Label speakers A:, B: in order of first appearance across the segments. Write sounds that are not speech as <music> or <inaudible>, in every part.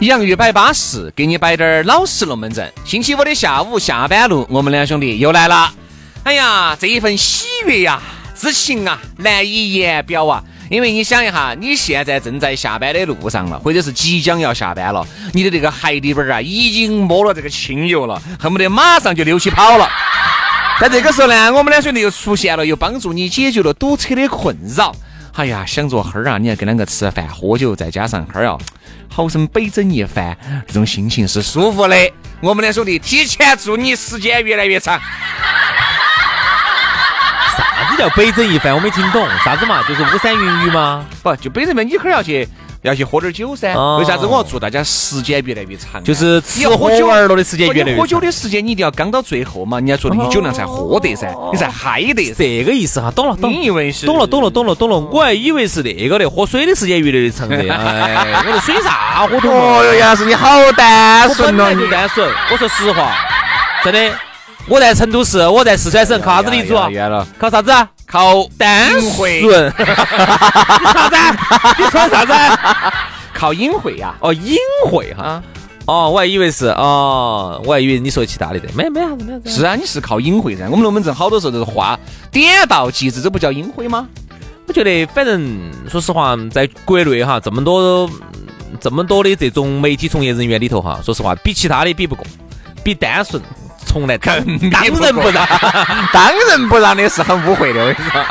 A: 洋芋摆巴适，给你摆点儿老实龙门阵。星期五的下午下班路，我们两兄弟又来了。哎呀，这一份喜悦呀、之情啊，难以言表啊！因为你想一下，你现在正在下班的路上了，或者是即将要下班了，你的这个海底板儿啊，已经摸了这个清油了，恨不得马上就溜起跑了。 <laughs> 但这个时候呢，我们两兄弟又出现了，又帮助你解决了堵车的困扰。哎呀，想着哈儿啊，你要跟两个吃饭喝酒，再加上哈儿啊，好生北整一番，这种心情是舒服的。我们两兄弟提前祝你时间越来越长。
B: 啥子啊叫北整一番？我没听懂，啥子嘛？就是巫山云雨吗？
A: 不，就本身嘛，你可儿要去要去喝点酒噻。
B: 哦
A: 为啥子我要祝大家时间越来越长啊？
B: 就是吃
A: 你要喝酒
B: 喝玩乐的时间越来越
A: 你喝酒的时间你一定要刚到最后嘛，人家说的你酒量才喝得噻，你才嗨得噻。
B: 这个意思哈，懂了，懂
A: 你以为是
B: 懂了，懂了，懂了，懂了。我还以为是那个的，喝水的时间越来越长的。
A: <laughs>
B: 哎，我这水啥喝懂了？
A: 哟，杨老师你好单
B: 我本来就单纯，我说实话，真的，我在成都市，我在四川省靠啥子立足啊？
A: 远了，
B: 靠啥子啊？
A: 靠
B: 单
A: 隐晦
B: 纯。你啥子啊？你说啥子啊？
A: 靠隐晦呀。
B: <laughs> 哦，隐晦哈。
A: 啊，
B: 哦，我还以为是哦，我还以为你说其他的的，没没啥子没啥子。
A: 是啊，你是靠隐晦噻。我们龙门阵好多时候都是话点到即止，这不叫隐晦吗？
B: 我觉得反正说实话，在国内哈这么多嗯这么多的这种媒体从业人员里头哈，说实话比其他的比不过，比单纯
A: <laughs>
B: 从来当当仁不让。
A: 当仁不让的是很污秽的，我跟你说。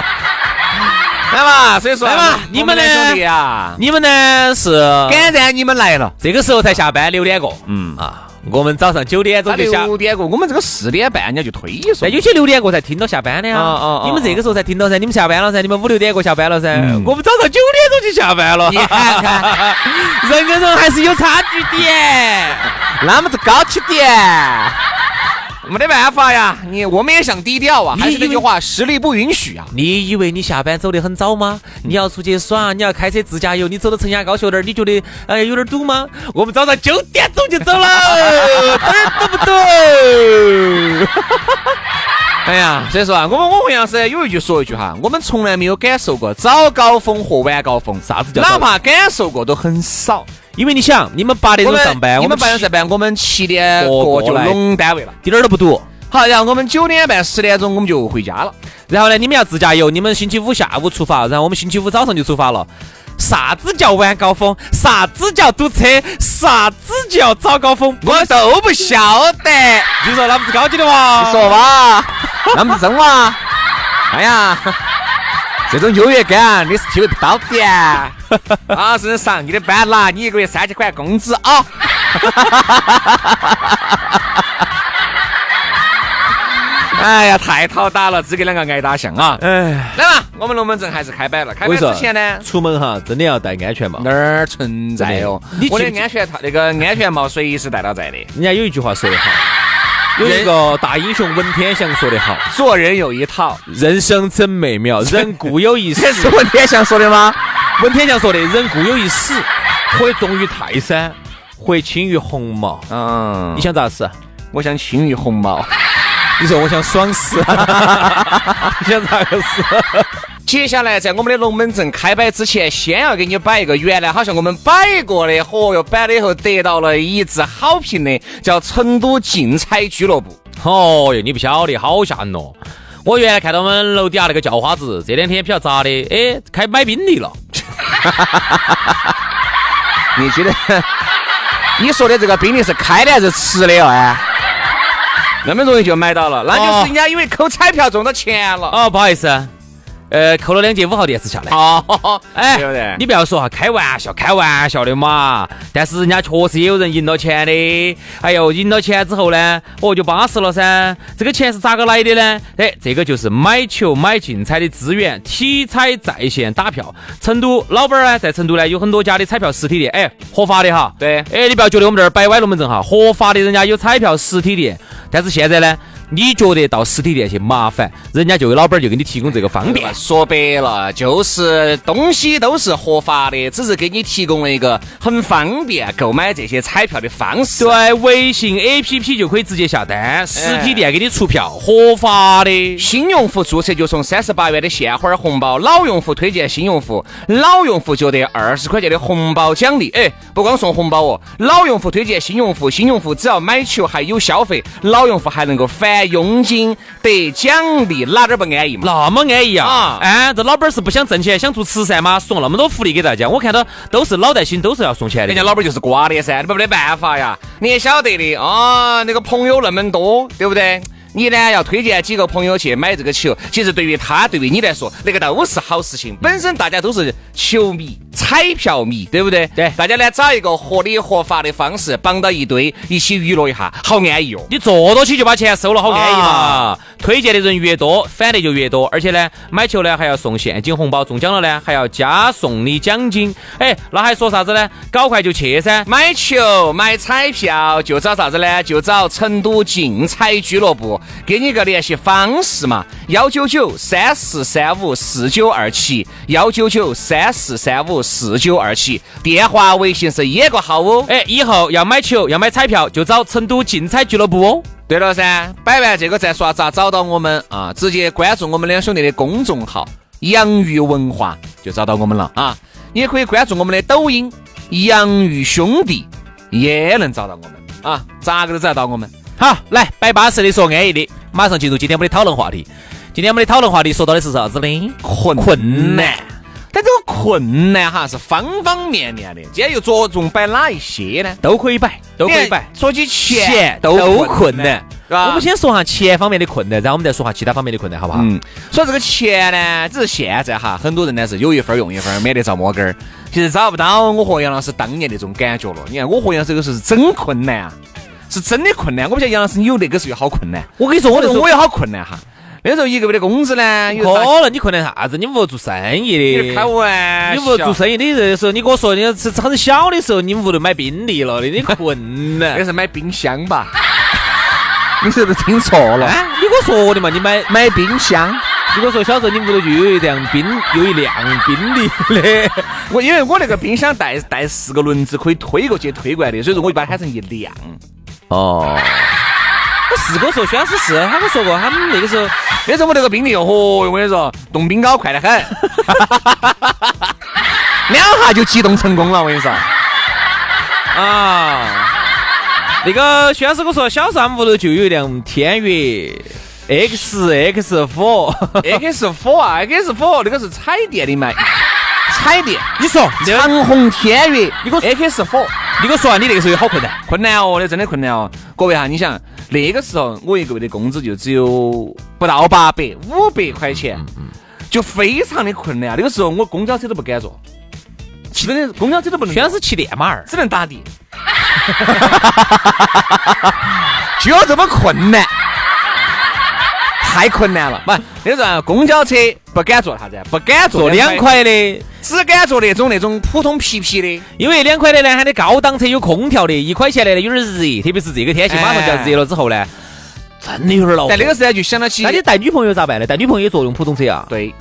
A: 来嘛，所以说
B: 来嘛
A: 我
B: 你们呢
A: 两兄弟啊，
B: 你们呢是
A: 感染你们来了。
B: 这个时候才下班六点过，
A: 嗯
B: 啊，我们早上九点
A: 他
B: 钟就下，
A: 六点过，我们这个四点半人家就推送
B: 但。有些六点过才听到下班的呀。
A: 哦哦哦
B: 你们这个时候才听到噻，你们下班了噻，你们五六点过下班了噻，
A: 嗯
B: 我们早上九点钟就下班了。
A: 你看看，
B: <laughs> 人跟人还是有差距的。
A: 那么是高起点，没得办法呀，你我们也想低调啊，
B: 你
A: 还是那
B: 以
A: 句
B: 为
A: 话，实力不允许啊。
B: 你以为你下班走得很早吗？
A: 嗯
B: 你要出去耍，你要开车自驾游，你走到城崖高速那儿，你觉得哎有点堵吗？我们早上九点钟就
A: <laughs>
B: 走了，堵儿堵不堵？
A: 哎呀，所以说啊，我们我和杨师有一句说一句哈，我们从来没有感受过早高峰和晚高峰，
B: 啥子叫
A: 哪
B: 早
A: 怕感受过都很少。
B: 因为你想，你们八点钟上
A: 你
B: 班，我
A: 们
B: 们
A: 八点
B: 七
A: 上班，我们七点
B: 过
A: 过就
B: 过来
A: 拢单位了。
B: 一点儿都不堵。
A: 好，然后我们九点半、十点钟我们就回家了。
B: 然后呢，你们要自驾游，你们星期五下午出发，然后我们星期五早上就出发了。啥子叫晚高峰？啥子叫堵车？啥子叫早高峰？
A: 我都不晓得，
B: 你说那不是高级的哇？
A: 你说吧，那么真哇？哎呀，这种优越感你是体会不到的。 <laughs> 啊，是上你的班啦，你一个月三千块工资 <laughs> 啊。哎呀，太讨打了，只给两个挨打像啊！
B: 哎，
A: 来嘛，我们龙门阵还是开摆了。开
B: 我
A: 摆
B: 跟你说
A: 之前呢，
B: 出门哈，真的要戴安全帽。
A: 哪儿存在哦
B: 真的你？
A: 我的
B: 记不记
A: 安全套那个安全帽随时带到在的。
B: 人家有一句话说得好，有一个大英雄文天祥说得好
A: 做人有一套，：“
B: 人生真美妙， <laughs> 人固有一
A: 这 <laughs> 是
B: 死。
A: 我天想说的吗？”
B: <laughs> 文天祥说的：“人固有一死，或重于泰山，或轻于鸿毛。”
A: 嗯，
B: 你想咋死？
A: 我想轻于鸿毛。
B: 你说我想爽死， <laughs> 你想咋个死？
A: 接下来，在我们的龙门阵开摆之前，先要给你摆一个原来好像我们摆过的，嚯哟，摆了以后得到了一致好评的，叫成都竞彩俱乐部。
B: <laughs> 哦哟，你不晓得，好吓人哦！我原来看到我们楼底下那个叫花子，这两天比较杂的，哎，开买宾利了。
A: 你觉得 <laughs> 你说的这个冰的是开的还是吃的哦？哎，那么容易就买到了，那就是人家因为抠彩票中到钱了。
B: 哦，不好意思，呃，扣了两节五号电池下来。
A: 哦，
B: 哎，
A: 对不对？
B: 你不要说哈，开玩笑，开玩笑的嘛。但是人家确实也有人赢了钱的。哎呦，赢了钱之后呢，哦，就巴适了噻。这个钱是咋个来的呢？哎，这个就是买球买竞彩的资源，体彩在线打票。成都老板儿呢，在成都呢有很多家的彩票实体店，哎，合法的哈。
A: 对
B: 哎，你不要觉得我们这儿摆歪龙门阵哈，合法的人家有彩票实体店，但是现在呢，你觉得到实体店去麻烦，人家就有老板儿就给你提供这个方便。
A: 说白了就是东西都是合法的，只是给你提供了一个很方便购买这些彩票的方式。
B: 对，微信 APP 就可以直接下单，实体店给你出票，合法的。
A: 新用户注册就送三十八元的现花红包，老用户推荐新用户，老用户就得二十块钱的红包奖励。哎，不光送红包哦，老用户推荐新用户，新用户只要买球还有消费，老用户还能够返佣金得奖励，哪点儿不安逸嘛？
B: 那么安逸啊
A: 啊！
B: 哎，这老板是不想挣钱，想做慈善吗？送那么多福利给大家，我看到都是脑袋心，都是要送钱的
A: 人家。老板就是瓜的噻，你没得办法呀。你也晓得的啊，那个朋友那么多，对不对？你呢要推荐几个朋友去买这个球，其实对于他，对于你来说，那个都是好事情。本身大家都是球迷、彩票迷，对不对？
B: 对
A: 大家呢找一个合理合法的方式绑到一堆，一起娱乐一下，好安逸哦。
B: 你坐到起就把钱收了，好安逸嘛！推荐的人越多，返的就越多，而且呢，买球呢还要送现金红包，中奖了呢还要加送你奖金。哎，那还说啥子呢？搞快就去噻！
A: 买球、买彩票就找啥子呢？就找成都竞彩俱乐部，给你个联系方式嘛：幺九九三四三五四九二七，幺九九三四三五四九二七，电话、微信是一个号哦。
B: 哎，以后要买球要买彩票，就找成都竞彩俱乐部哦。
A: 对了噻，摆完这个再说咋找到我们啊？直接关注我们两兄弟的公众号“洋芋文化”就找到我们了啊！你也可以关注我们的抖音“洋芋兄弟”，也能找到我们啊！咋个都找到我们。
B: 好，来摆巴适的说安逸的，马上进入今天我们的讨论话题。今天我们的讨论话题说到的是啥子呢？
A: 困难。但这个困难哈是方方面面的，今天又着重摆哪一些呢？
B: 都可以摆，都可以摆。。
A: 说起钱
B: 钱
A: 都
B: 都困
A: 困
B: 难
A: 难，，
B: 是
A: 是吧？
B: 我们先说下钱方面的困难，然后我们再说下其他方面的困难，好不好？
A: 嗯，所以这个钱呢，只是现在哈，很多人呢是有一分儿用一分儿，没得着摸根儿。其实找不到我和杨老师当年那种感觉了。你看我和杨老师这个时候是真困难啊，是真的困难。我不晓得杨老师你有那个时候有好困难，
B: 我跟你说，我
A: 我
B: 那
A: 这
B: 时候
A: 我也好困难哈。那时候一个月的工资呢，有啥
B: 可能你困难啥子？你屋做生意的，
A: 开玩
B: 你
A: 笑，
B: 屋做生意的时候，你跟我说你是很小的时候，你们屋头买宾利了的，你困难
A: <laughs> 那。是买冰箱吧？ <laughs> 啊你是不是听错了？
B: 哎，你跟我说的嘛，你买，
A: 买冰箱，
B: 你跟我说小时候你们屋头就有一辆宾，有一辆宾利的。
A: 我因为我那个冰箱带带四个轮子，可以推过去推过来的，所以说我就把它喊成一辆。
B: 哦，我是跟我说，薛老师是，他跟我说过，他们那个时候
A: 那时候我那个冰力，嚯、我跟你说，冻冰糕快得很，两下就启动成功了。我跟你说，
B: 啊，那个薛老师跟我说，小时候他们屋头就有一辆天悦 XX <laughs> 五，
A: X 五啊，X 五那个是彩电的嘛，彩电。
B: 你说，
A: 长虹天悦，
B: 你给我
A: X 五
B: 你给我说啊，你那个时候有好困难？
A: 困难哦，那真的困难哦。各位哈，你想那个时候我一个月的工资就只有不到八百，五百块钱，就非常的困难。那个时候我公交车都不敢坐，真的公交车都不能
B: 薛
A: 坐
B: 老，师骑电马儿，
A: 只能打
B: <laughs>
A: 的，就这么困难。太困难了，不，那个时候啊公交车不敢坐啥子啊，不敢坐
B: 坐两，块的。
A: 只敢坐那种那种普通皮皮的。
B: 因为两块的呢，它的高档车有空调的，一块钱的呢有点热，特别是这个天气马上就要热了之后呢，真的有点恼火
A: 但。那个时候就想到起
B: 哦那，你带女朋友咋办呢？带女朋友也坐用普通车啊？
A: 对，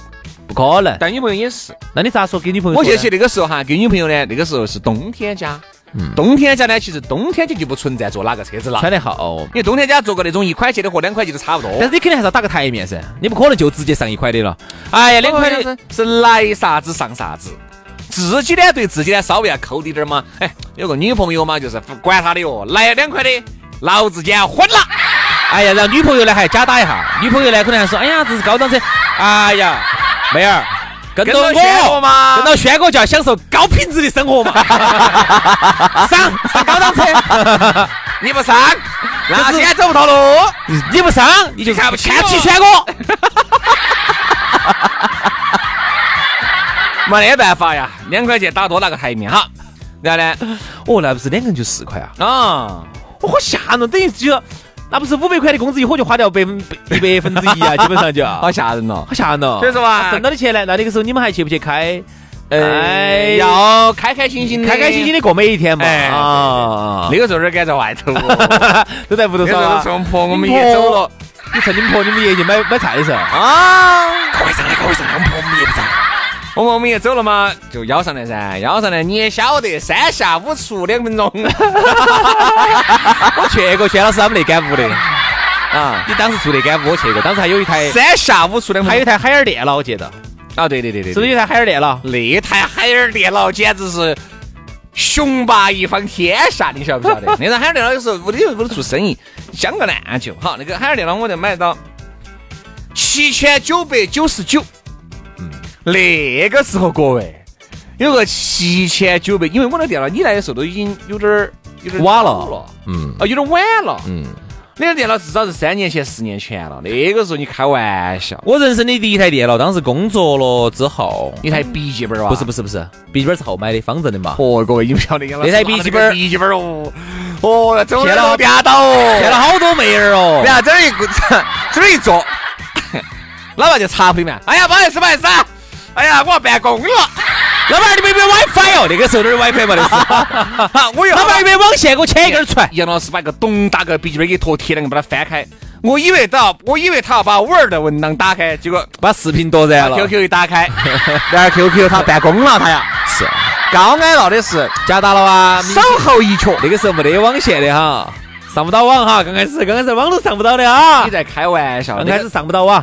B: 不可能。
A: 但女朋友也是，
B: 那你咋说给女朋友
A: 我
B: 说呢？
A: 记起那个时候哈，跟女朋友呢，那个时候是冬天家，
B: 嗯
A: 冬天家呢，其实冬天家就不存在坐哪个车子了，
B: 穿得好，
A: 因为冬天家坐个那种一块钱的和两块钱的差不多。
B: 但是你肯定还是要打个台面�噻，你不可能就直接上一块的了。哎
A: 哦
B: 呀，两块的，
A: 是来啥子上啥子。自己呢，对自己呢稍微要抠滴点儿嘛。哎，有个女朋友嘛，就是不管她的哟，来两块的，老子今天昏了。
B: 哎呀，然后女朋友呢还要假打一下，女朋友呢可能还说，哎呀，这是高档车，哎呀，妹儿，跟着
A: 跟到轩哥
B: 我
A: 嘛
B: 跟到轩哥就要享受高品质的生活嘛， <laughs> 上上高档车，
A: 你不上，那今天走不脱路。
B: 你不上你就
A: 看不起我
B: 起轩哥，
A: 没得办法呀，两块钱打多那个台面哈。然后呢，
B: <laughs> 哦，那不是两个人就四块啊，
A: 啊，
B: 我好吓人，等于就那不是五百块的工资一伙就花掉百分一百分之一啊，基本上就啊
A: 好吓人哦。
B: 好吓人哦！
A: 所以说嘛
B: 挣到的钱呢，那那个时候你们还去不去开？
A: 哎，要开开心心的，
B: 开开心心的过每一天嘛，
A: 哎
B: 啊，
A: 那个时候有点赶在外头哦， <laughs>
B: 都在屋头
A: 那时
B: 耍
A: 候
B: 啊。
A: 冲破我们也走了
B: 你趁你们婆你们爷去买买菜的时候，
A: 啊。各位上来，各位上来，我们婆我们也不上。我们我们也走了嘛，就邀上来噻，邀上来你也晓得，三下五除两分钟
B: 我去过轩老师他们那间屋的，
A: 啊，
B: 你当时住那间屋我去过，当时还有一台，
A: 三下五除两分
B: 还有一
A: 钟。
B: 台海尔电脑，我记得，
A: 啊，对对对对，对
B: 是不是有一台海尔电脑？
A: 那台海尔电脑简直是雄霸一方天下，你晓不晓得？那台海尔电脑有时候屋里屋头做生意，香个烂就好。那个海尔电脑我就买到七千九百九十九，那个时候各位有个七千九百，因为我那电脑你来的时候都已经有点儿有点儿
B: 晚了
A: 老了，
B: 嗯
A: 啊，有点晚了。
B: 嗯，
A: 那个电脑至少是三年前、十年前了，那个时候你开玩笑，
B: 我人生的第一台电脑，当时工作了之后，
A: 一台笔记本哇，
B: 不是不是不是，笔记本是后买的，方正的嘛，
A: 哦，各位，你不晓得杨老师
B: 那台笔记本
A: 拿那个笔记本哦，哦，走哪儿都颠倒
B: 见了
A: 哦。
B: 好多妹儿哦。
A: 然后这儿一个这儿一坐， <laughs> 老板就插不里面。哎呀，不好意思，不好意思啊，哎呀，我要办公了。哎
B: 老板，你没没 WiFi 哦？那个时候哪儿有 WiFi 嘛，那 <laughs> 是。
A: 哈我又
B: 老板有没有网线？给我牵一根儿出来。
A: 杨老师把个咚打个笔记本给脱贴了，把它翻开。我以为到，我以为他要把 Word 的文档打开，结果
B: 把视频夺燃
A: 把
B: 了。
A: QQ 一打 <laughs> 开，然后 QQ 他办公了，他呀，
B: 是啊
A: 高矮闹的是
B: 加大了哇，
A: 手后一瘸。
B: 那个时候没得网线的哈，上不到网哈，刚开始刚开始网都上不到的啊
A: 你，在开玩笑？
B: 刚
A: 那
B: 开
A: 个
B: 始上不到啊网，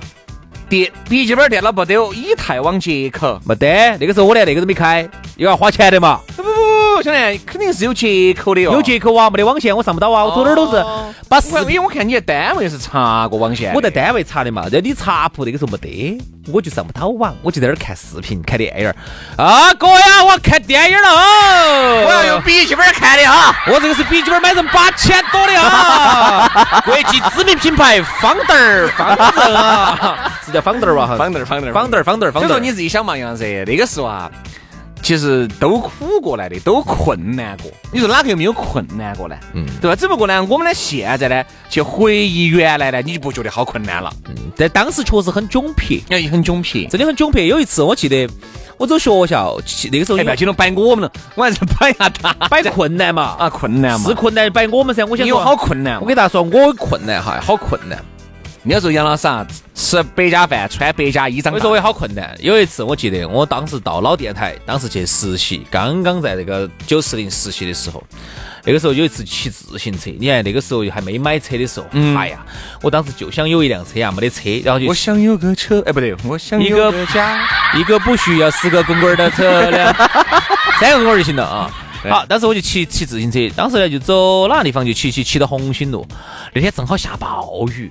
A: 电笔记本电脑不得有哦以太网接口。
B: 没得，那个时候我连那个都没开，又要花钱的嘛，
A: 不不不，兄弟，肯定是有接口的哟。
B: 有接口哇，没得网线我上不到啊哇，我走哪儿都是
A: 哦
B: 把视
A: 我因为我看你在单位是插过网线的。
B: 我在单位查的嘛，然后你查铺那个时候没得，我就上不到网，我就在那儿看视频、看电影儿。啊，哥呀，我要看电影了哦！
A: 我要用笔记本看的哈。
B: 我这个是笔记本买人八千多的啊，国际知名品牌方凳儿，方凳啊，是叫方凳儿吧？哈，
A: 方凳儿方凳儿
B: 方凳儿，方凳儿，
A: 所
B: 方
A: 以
B: 凳
A: 说
B: 儿。
A: 你自己想嘛，杨子，那个时候啊，其实都苦过来的，都困难过。你说哪个又没有困难过呢？嗯，对吧？只不过呢，我们呢现在呢去回忆原来呢，你就不觉得好困难了，
B: 但当时确实很窘迫，
A: 哎，很窘迫。
B: 真的很窘迫。有一次我记得我走学校，去那个时候
A: 哎，不要
B: 有
A: 激动，摆我们了，我还是摆一下他
B: 摆困难嘛，
A: 啊，困难嘛
B: 是。困难摆我们噻。我想
A: 你有
B: 说，
A: 好困难
B: 啊我
A: 嘛？
B: 给大家说，我困难哈，好困难。
A: 那时候杨老师啊，吃百家饭，穿百家衣，长
B: 我
A: 大
B: 说我也好困难。有一次我记得，我当时到老电台，当时去实习，刚刚在那个九四零实习的时候，那个时候有一次骑自行车，你看那个时候还没买车的时候，哎呀，我当时就想有一辆车呀，啊没得车，然后
A: 嗯
B: 就
A: 我想有个车，哎，不对，我想
B: 一
A: 有
B: 个
A: 家。
B: 一个不需要十个滚滚儿的车 <laughs> 辆，三个滚滚儿就行了啊。
A: 对
B: 好，当时我就骑骑自行车，当时呢就走哪个地方就骑骑骑到红星路，那天正好下暴雨。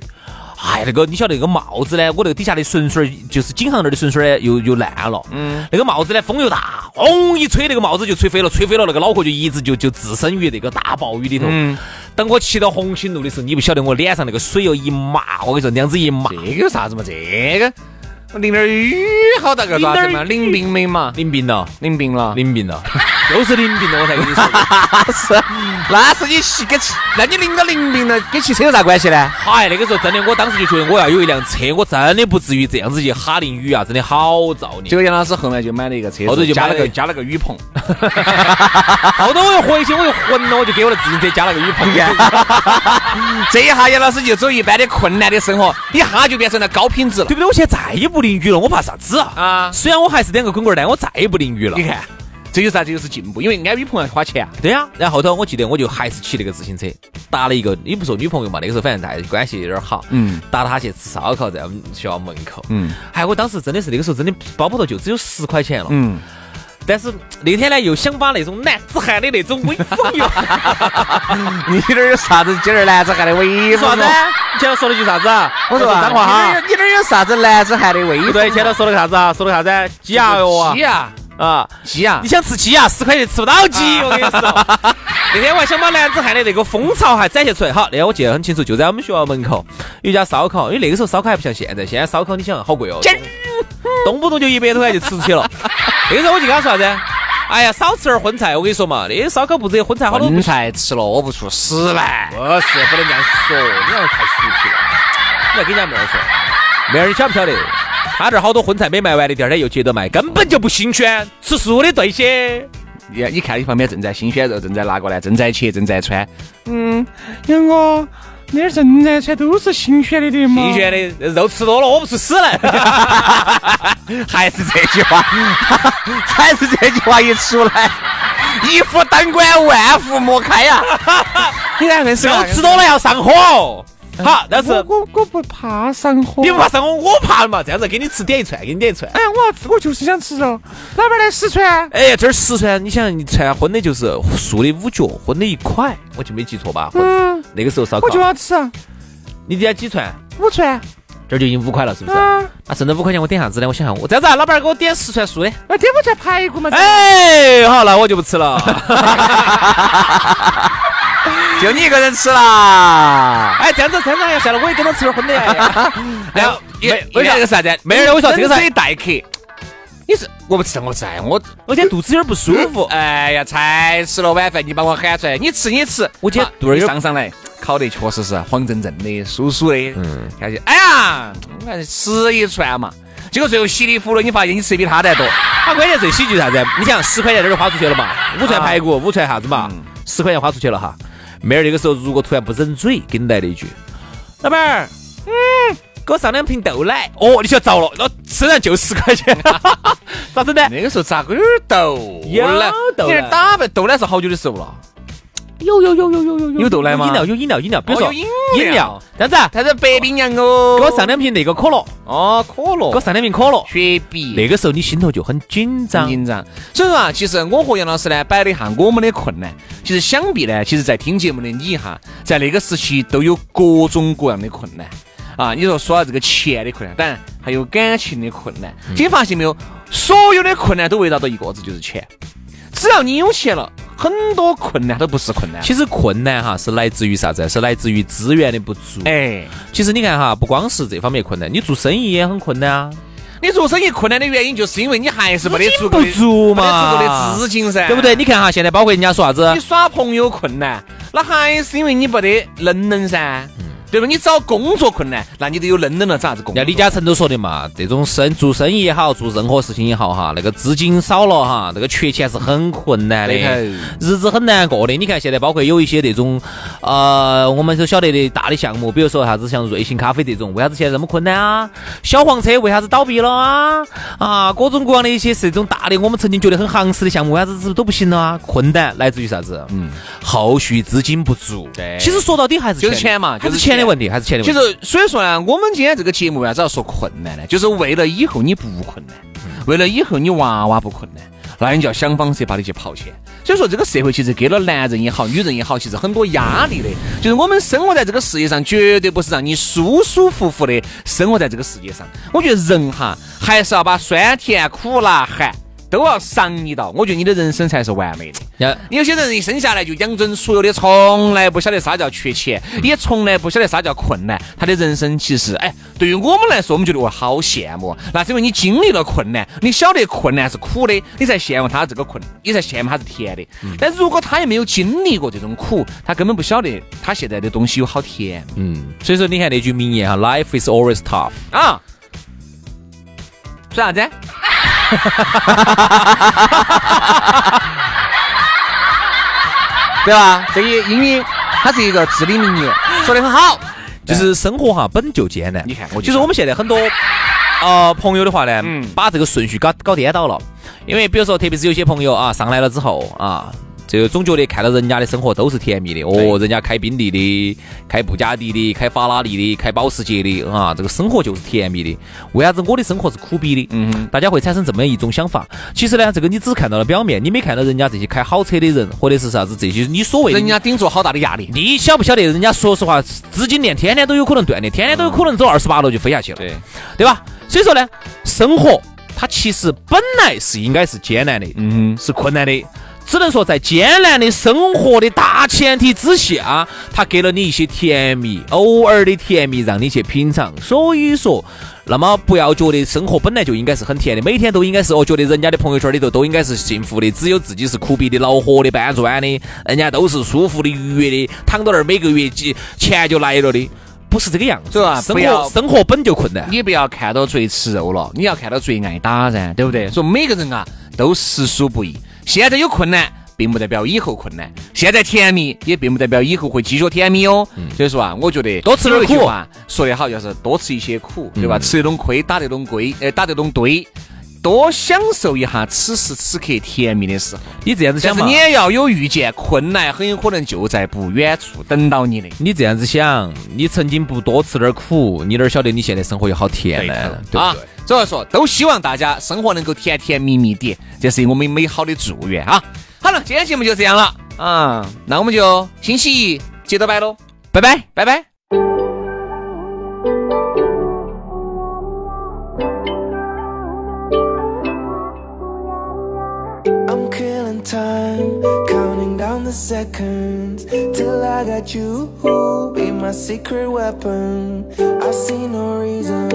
B: 哎呀，那个你晓得那个帽子呢？我那个底下的绳绳儿，就是颈项那儿的绳绳儿呢，又又烂了。嗯，那个帽子呢，风又大，嗡一吹，那个帽子就吹飞了，吹飞了，那个脑壳就一直就就置身于那个大暴雨里头。嗯，等我骑到红星路的时候，你不晓得我脸上那个水又一麻，我跟你说，那样子一麻
A: 这，个有啥子嘛？这个淋点儿雨好大个爪子嘛？
B: 淋点儿雨
A: 淋病没嘛？
B: 淋病了，
A: 淋病了。
B: 淋 <laughs> 病了，就是淋病了，我才跟
A: <laughs>
B: 你说的。
A: 那是你骑跟骑，那你淋到淋病了，跟骑车有啥关系呢？
B: 嗨，那个时候真的，我当时就觉得我要有一辆车，我真的不至于这样子去哈淋雨啊，真的好造
A: 结
B: 孽。
A: 果杨老师后来就买了一个车子，
B: 后头就
A: 加
B: 买
A: 了
B: 了
A: 个
B: 个
A: 加了个雨棚， <laughs>
B: 后头我又回去，我又混了，我就给我的自行车加了个雨
A: <laughs>
B: 棚。
A: 这一下杨老师就走一般的困难的生活，一下就变成了高品质了
B: 对。不对？我现在再也不淋雨了，我怕啥子啊？
A: 啊
B: 虽然我还是两个滚棍儿，但我再也不淋雨了
A: 你。看，这就是啥？这就是进步，因为安雨棚要花钱啊。
B: 对呀、然后后头我记得我就还是骑那个自行车，搭了一个也不说女朋友嘛，那个时候反正大家关系有点好，
A: 嗯，
B: 搭她去吃烧烤，在我们学校门口，
A: 嗯，
B: 哎，我当时真的是那个时候真的包包头就只有十块钱了，
A: 嗯，
B: 但是那天呢，又想把那种男子汉的那种威风 <laughs> 哟，
A: 你这儿有啥子今儿男子汉的威
B: 说啥
A: 风
B: 子？你前头说了句啥子啊？
A: 我说
B: 说
A: 啊
B: 脏话
A: 你这
B: 哈。
A: 儿你这儿有啥子男子汉的威风？
B: 对，前头说了个啥子啊？说了个啥子？鸡鸭哟啊
A: 鸡！啊
B: 啊！
A: 鸡啊
B: 你！想吃鸡呀、十块钱吃不到鸡，我跟你说。 <laughs> 那天我还想把男子汉的那个风潮还展现出来。好，那天我记得很清楚，就在我们学校门口有一家烧烤，因为那个时候烧烤还不像现在，现在烧烤你想好贵哦，动不动就一百多块就吃出去了。那个时候我就跟他说啥子？哎呀，少吃点荤菜，我跟你说嘛，那些烧烤铺子的荤菜好多。
A: 荤菜吃了屙不出屎来。
B: 不是，不能这样说，你要太俗气了。你要跟人家妹儿说，妹儿你晓不晓得？他这儿好多荤菜没卖完的，第二天又接着卖，根本就不新鲜。吃素的对些。
A: 你你看你旁边正在新鲜肉正在拿过来，正在切，正在穿。 <laughs> 嗯，杨哥，那儿正在穿都是新鲜的的
B: 新鲜的肉吃多了，我不是死了。
A: 还是这句话， <laughs> 还是这句话一出来，一夫当关，万夫莫开啊呀、你哪个是
B: 肉吃多了要上火。好，但是
A: 我我不怕上火
B: 你不怕上火，我怕了嘛。这样子给你吃点一串，给你点一串。
A: 哎呀，我要吃，我就是想吃肉。老板来四川。
B: 哎，这儿四川，你想你串荤的就是素的五角，荤的一块，我就没记错吧？
A: 嗯，
B: 那个时候烧烤
A: 我，就要吃
B: 你点几串？
A: 五串。
B: 这儿就已经五块了，是不是？
A: 啊，
B: 那剩这五块钱我点啥子呢？我想想，我这样子啊，老板儿给我点十串素的。
A: 那点五串排骨嘛。
B: 哎，好，那我就不
A: <laughs>
B: 吃了。
A: 就你一个人吃啦。
B: 哎，这样子，这样子，哎呀，算了，我也跟他吃点荤的。 <laughs> 哎呀然后，没没啥
A: 个啥子？
B: 没人我说这个啥
A: 冷水待客。你是我不吃，我吃，哎我
B: 我今天肚子有点不舒
A: <laughs>
B: 服。
A: 哎呀，才吃了晚饭，你把我喊出来，你吃你吃，
B: 我今天
A: 好
B: 肚儿有
A: 你上上来，烤得确实是黄澄澄的、酥酥的，嗯，看起，哎呀，我还是吃一串嘛，结果最后稀里糊涂，你发现你吃的比他的还多，
B: 他关键最喜剧是啥子？你想十块钱这儿花出去了嘛？
A: 啊
B: 五串排骨，五串啥子嘛？
A: 嗯
B: 十块钱花出去了哈。妹儿那个时候如果突然不忍嘴，给你来了一句：“老板儿，嗯，给我上两瓶豆奶。”哦，你晓得着了，那身上就十块
A: <laughs>
B: 钱，咋整呢？
A: 那个时候咋个有点豆
B: 有豆
A: 你
B: 奶
A: 这打扮豆奶是好久的时候了，
B: 有有有有有有有
A: 有豆奶吗
B: 饮料有饮料饮料，比如说
A: 哦有饮料
B: 饮料，这样子啊，
A: 他是白领羊哦，
B: 给我上两瓶那个可乐，
A: 哦可乐，
B: 给我上两瓶可乐。
A: 雪碧，
B: 那个时候你心头就很紧张
A: 很，紧张。所以说啊，其实我和杨老师呢摆了一下我们的困难，其实想必呢，其实在听节目的你哈，在那个时期都有各种各样的困难啊。你说说到这个钱的困难，当然还有感情的困难。
B: 嗯
A: 你发现没有，所有的困难都围绕着一个字，就是钱。只要你有钱了，很多困难都不是困难。
B: 其实困难哈是来自于啥子？是来自于资源的不足。
A: 哎，
B: 其实你看哈，不光是这方面困难，你做生意也很困难啊，
A: 你做生意困难的原因，就是因为你还是没得足够的
B: 资金不足嘛
A: 没得足够的资金噻，
B: 对不对？？你看哈，现在包括人家说啥子
A: 你，耍朋友困难，那还是因为你没得能能噻，对吧？你找工作困难，那你都有能能了，找啥子工作？
B: 像李嘉诚都说的嘛，这种生做生意也好，做任何事情也好哈，那个资金少了哈，那个缺钱是很困难的
A: 对头，
B: 日子很难过的。你看现在包括有一些那种，呃，我们所晓得的大的项目，比如说啥子像瑞幸咖啡这种，为啥子现在这么困难啊？小黄车为啥子倒闭了啊？啊，各种各样的一些这种大的，我们曾经觉得很行势的项目，为啥子都不行了啊？困难来自于啥子？嗯，后续资金不足。
A: 对
B: 其实说到底还是
A: 就是钱嘛
B: 还
A: 就是是
B: 钱
A: 钱
B: 的问题，还是钱的问
A: 其
B: 题。
A: 实所以说呢，我们今天这个节目为啥子要说困难呢？就是为了以后你不困难，
B: 嗯
A: 为了以后你娃娃不困难，那你就要想方设法的去刨钱。所以说，这个社会其实给了男人也好，女人也好，其实很多压力的。就是我们生活在这个世界上，绝对不是让你舒舒服服的生活在这个世界上。我觉得人哈，还是要把酸甜苦辣寒都要尝一道，我觉得你的人生才是完美的。
B: 人家
A: 有些人一生下来就养尊处优的，从来不晓得啥叫缺钱，也从来不晓得啥叫困难。他的人生其实，哎，对于我们来说，我们觉得哇，好羡慕。啊那是因为你经历了困难，你晓得困难是苦的，你才羡慕他这个困，你才羡慕他是甜的。但如果他也没有经历过这种苦，他根本不晓得他现在的东西有好甜
B: 嗯，所以说你看那句名言哈，Life is always tough。
A: 啊。说啥子？对吧？这个英语它是一个至理名言，说的很好。
B: 就是生活哈本就艰难。
A: 哎你看我就
B: 就是我们现在很多呃朋友的话呢，
A: 嗯
B: 把这个顺序搞搞颠倒了，因为比如说，特别是有些朋友啊上来了之后啊。就总觉得看到人家的生活都是甜蜜的哦，人家开宾利的，开布加迪的，开法拉利的，开保时捷的啊，这个生活就是甜蜜的。为啥子我的生活是苦逼的？嗯，大家会产生这么一种想法。其实呢，这个你只看到了表面，你没看到人家这些开好车的人，或者是啥子这些你所谓的
A: 人家顶住好大的压力。
B: 你晓不晓得？人家说实话，资金链天天都有可能断的，天天都有可能走二十八楼就飞下去了，
A: 对，
B: 对吧？所以说呢，生活它其实本来是应该是艰难的，
A: 嗯，
B: 是困难的，只能说在艰难的生活的大前提之下，它给了你一些甜蜜，偶尔的甜蜜让你去品尝。所以说，那么不要觉得生活本来就应该是很甜的，每天都应该是哦，觉得人家的朋友圈里头都应该是幸福的，只有自己是苦逼的、恼火的、搬砖的，人家都是舒服的、愉悦的，躺到那儿每个月几钱就来了的，不是这个样子。
A: 对吧
B: 生
A: 不要
B: 活生活本就困难。
A: 你不要看到最吃肉了，你要看到最挨打噻，对不对？所以每个人啊都实属不易，现在有困难。并不代表以后困难，现在甜蜜也并不代表以后会继续甜蜜哦。所以说啊，我觉得
B: 嗯多吃点
A: 有一句
B: 苦嗯
A: 话说得好，就是多吃一些苦，对吧？吃得拢亏，打得拢龟，呃，打得拢堆，多享受一下此时此刻甜蜜的时候。
B: 你这样子
A: 但
B: 想
A: 是
B: 嘛
A: 你？也要有预见，困难很有可能就在不远处等到你的。
B: 你这样子想，你曾经不多吃点苦，你哪儿晓得你现在生活有好甜呢？对不
A: 啊
B: 对？，
A: 所以说都希望大家生活能够甜甜蜜蜜的，这是我们美好的祝愿啊。好了，今天节目就这样了啊，那我们就星期一接着摆喽，拜拜，拜拜。
C: I'm killing time, counting down the seconds till I got you. Be my secret weapon. I see no reason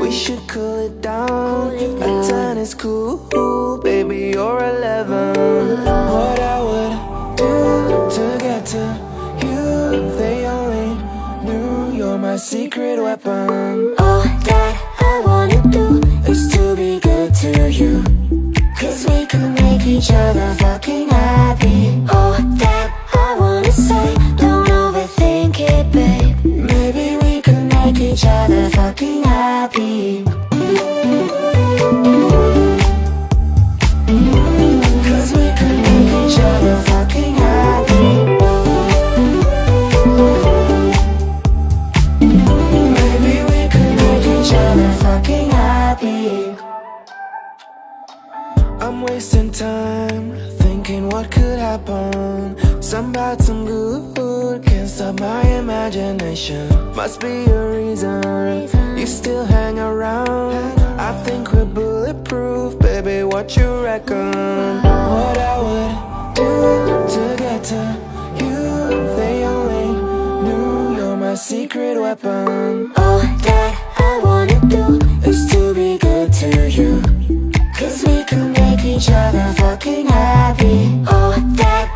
C: we should cool it down. A ten is cool, baby. You're eleven. What I would do to get to you? They only knew you're my secret weapon.
D: All that I wanna do is to be good to you. Cause we can make each other fucking happy. All that I wanna say, don't overthink it, babe. Maybe we can make each other fucking happy. Cause we can make each other fucking happy. Maybe we could make each other fucking happy.
C: I'm wasting time thinking what could happen. Some bad, some good. Can't stop my imagination. Must be a reason you still hang around. I think we're bulletproof, baby. What you reckon? What I would do to get to you? They only knew you're my secret weapon.
D: All that I wanna do is to be good to you. Cause we can make each other fucking happy. All that